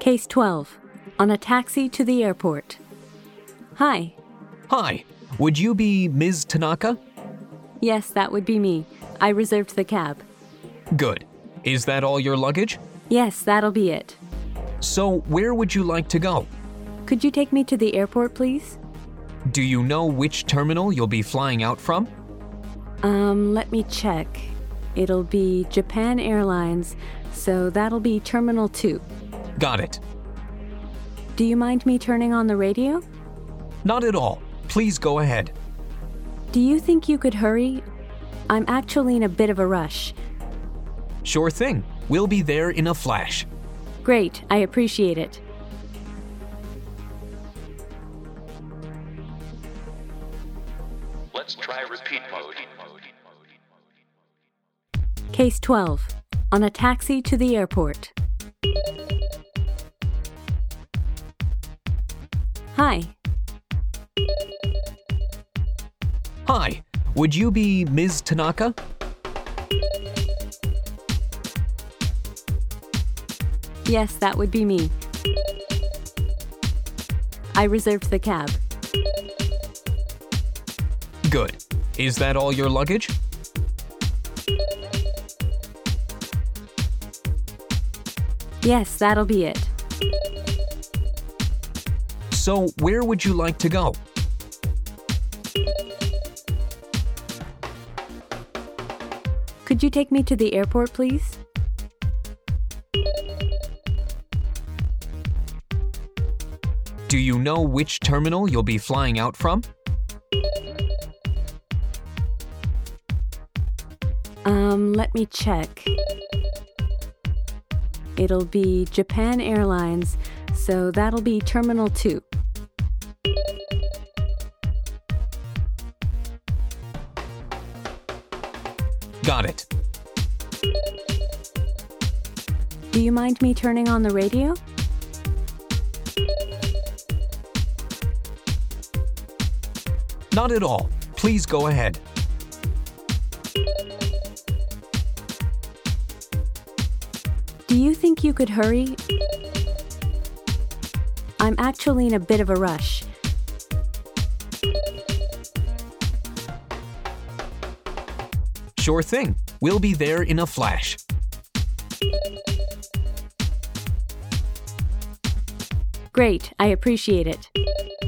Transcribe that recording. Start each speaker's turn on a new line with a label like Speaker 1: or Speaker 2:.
Speaker 1: Case 12 On a Taxi to the Airport. Hi.
Speaker 2: Hi, would you be Ms. Tanaka?
Speaker 1: Yes, that would be me. I reserved the cab.
Speaker 2: Good. Is that all your luggage?
Speaker 1: Yes, that'll be it.
Speaker 2: So, where would you like to go?
Speaker 1: Could you take me to the airport, please?
Speaker 2: Do you know which terminal you'll be flying out from?
Speaker 1: Um, let me check. It'll be Japan Airlines, so that'll be Terminal 2.
Speaker 2: Got it.
Speaker 1: Do you mind me turning on the radio?
Speaker 2: Not at all. Please go ahead.
Speaker 1: Do you think you could hurry? I'm actually in a bit of a rush.
Speaker 2: Sure thing. We'll be there in a flash.
Speaker 1: Great, I appreciate it.
Speaker 3: Let's try repeat mode.
Speaker 1: Case 12 On a Taxi to the Airport. Hi.
Speaker 2: Hi, would you be Ms. Tanaka?
Speaker 1: Yes, that would be me. I reserved the cab.
Speaker 2: Good. Is that all your luggage?
Speaker 1: Yes, that'll be it.
Speaker 2: So, where would you like to go?
Speaker 1: Could you take me to the airport, please?
Speaker 2: Do you know which terminal you'll be flying out from?
Speaker 1: Um, let me check. It'll be Japan Airlines, so that'll be Terminal 2.
Speaker 2: Got it.
Speaker 1: Do you mind me turning on the radio?
Speaker 2: Not at all. Please go ahead.
Speaker 1: Do you think you could hurry? I'm actually in a bit of a rush.
Speaker 2: Sure thing. We'll be there in a flash.
Speaker 1: Great, I appreciate it.